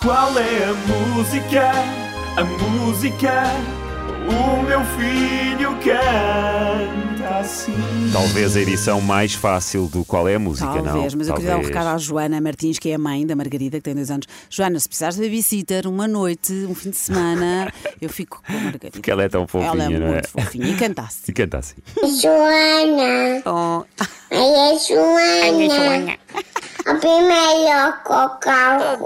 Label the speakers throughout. Speaker 1: Qual é a música? A música? O meu filho canta assim.
Speaker 2: Talvez a edição mais fácil do qual é a música,
Speaker 3: Talvez,
Speaker 2: não?
Speaker 3: mas eu queria dar um recado à Joana Martins, que é a mãe da Margarida, que tem dois anos. Joana, se precisares de babysitter uma noite, um fim de semana, eu fico com a Margarida.
Speaker 2: Porque ela é tão fofinha,
Speaker 3: Ela é
Speaker 2: não é?
Speaker 3: muito fofinha e cantasse.
Speaker 2: Se canta assim.
Speaker 4: Joana,
Speaker 3: Oh,
Speaker 4: aí é Joana. O primeiro cocau,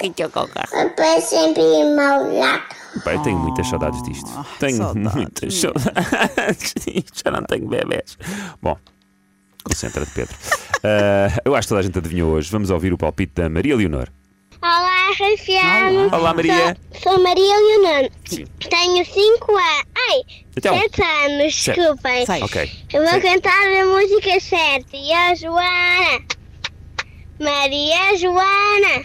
Speaker 4: depois sempre meu lado.
Speaker 2: Pai, tenho muitas saudades disto.
Speaker 3: Oh, ai,
Speaker 2: tenho
Speaker 3: saudades,
Speaker 2: muitas saudades disto. Já não tenho bebés. Bom, concentra-te, Pedro. Ah, eu acho que toda a gente adivinhou hoje. Vamos ouvir o palpite da Maria Leonor.
Speaker 4: Olá, Rafiano.
Speaker 2: Olá, Maria.
Speaker 4: Sou, sou Maria Leonor. Tenho 5 anos. Ai,
Speaker 2: Então.
Speaker 4: 7 anos,
Speaker 2: Sete.
Speaker 4: desculpem.
Speaker 3: Sei.
Speaker 2: Ok.
Speaker 4: Eu vou
Speaker 2: Sim.
Speaker 4: cantar a música certa. E a Joana, Maria Joana,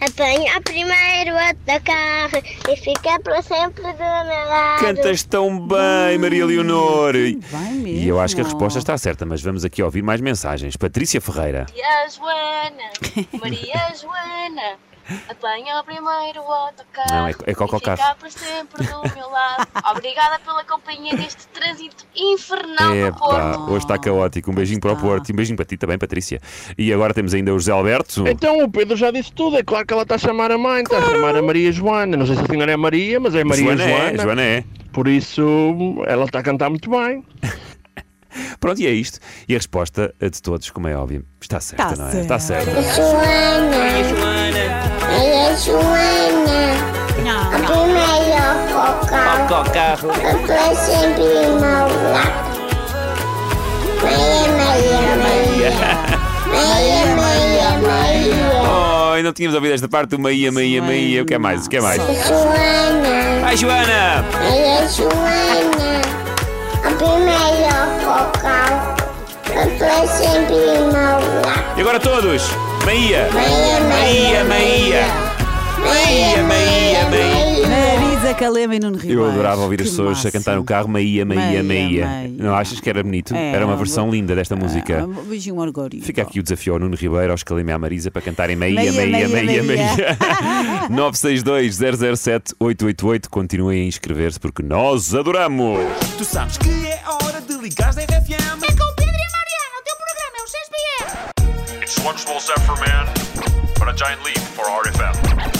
Speaker 4: apanha o primeiro autocarro e fica para sempre do meu lado.
Speaker 2: Cantas tão bem, Maria Leonor.
Speaker 3: vai mesmo.
Speaker 2: E eu acho que a resposta está certa, mas vamos aqui ouvir mais mensagens. Patrícia Ferreira.
Speaker 5: Maria Joana, Maria Joana, apanha o primeiro autocarro.
Speaker 2: Não, é- é cococarro.
Speaker 5: E fica para sempre do meu lado. Obrigada pela companhia neste trânsito infernal do Porto.
Speaker 2: Epá, hoje está caótico. Um beijinho para o Porto e um beijinho para ti também, Patrícia. E agora temos ainda o José Alberto.
Speaker 6: Então o Pedro já disse tudo, é claro que ela está a chamar a mãe, está a chamar a Maria Joana. Não sei se a senhora é Maria, mas é Maria
Speaker 2: Joana
Speaker 6: Joana.
Speaker 2: é, Joana é.
Speaker 6: Por isso ela está a cantar muito bem.
Speaker 2: Pronto, e é isto. E a resposta a de todos, como é óbvio, está certa,
Speaker 3: Está
Speaker 2: não é?
Speaker 3: certa.
Speaker 2: Está certa.
Speaker 4: Joana, Maria Joana,
Speaker 3: Não,
Speaker 4: o primeiro cocau,
Speaker 7: carro.
Speaker 4: para sempre do meu lado. Maria, Maria, Maria. Maria, Maria, Maria.
Speaker 2: Oh, não tínhamos ouvido esta parte do Maia, Maia, Maia. O que é mais? O que é mais?
Speaker 4: Joana.
Speaker 2: Ai, Joana!
Speaker 4: Maria Joana, a primeira vocal, cantou sempre maula.
Speaker 2: E agora todos! Maia!
Speaker 4: Maria, Maria,
Speaker 2: Maia!
Speaker 4: Maria, Maria, Maria.
Speaker 3: Marisa Calema e Nuno Ribeiro.
Speaker 2: Eu adorava ouvir as
Speaker 3: Que
Speaker 2: pessoas a
Speaker 3: máximo.
Speaker 2: cantar um no carro Maia, Maia,
Speaker 3: Maia,
Speaker 2: Maia.
Speaker 3: Maia.
Speaker 2: Não achas que era bonito?
Speaker 3: É,
Speaker 2: Era uma
Speaker 3: é
Speaker 2: versão
Speaker 3: bo-
Speaker 2: linda desta
Speaker 3: Ah,
Speaker 2: música.
Speaker 3: um beijinho um orgulho.
Speaker 2: Fica aqui o desafio ao Nuno Ribeiro, aos Calema e à Marisa para cantarem Maia,
Speaker 3: Maia,
Speaker 2: Maia,
Speaker 3: Maia,
Speaker 2: Maia,
Speaker 3: Maia.
Speaker 2: Maia. 962-007-888. Continuem a inscrever-se porque nós adoramos!
Speaker 7: Tu sabes que é hora de ligares da RFM.
Speaker 4: Com o Pedro e a Mariana, o teu programa é o 6
Speaker 8: It's one small step for man, but a giant leap for RFM.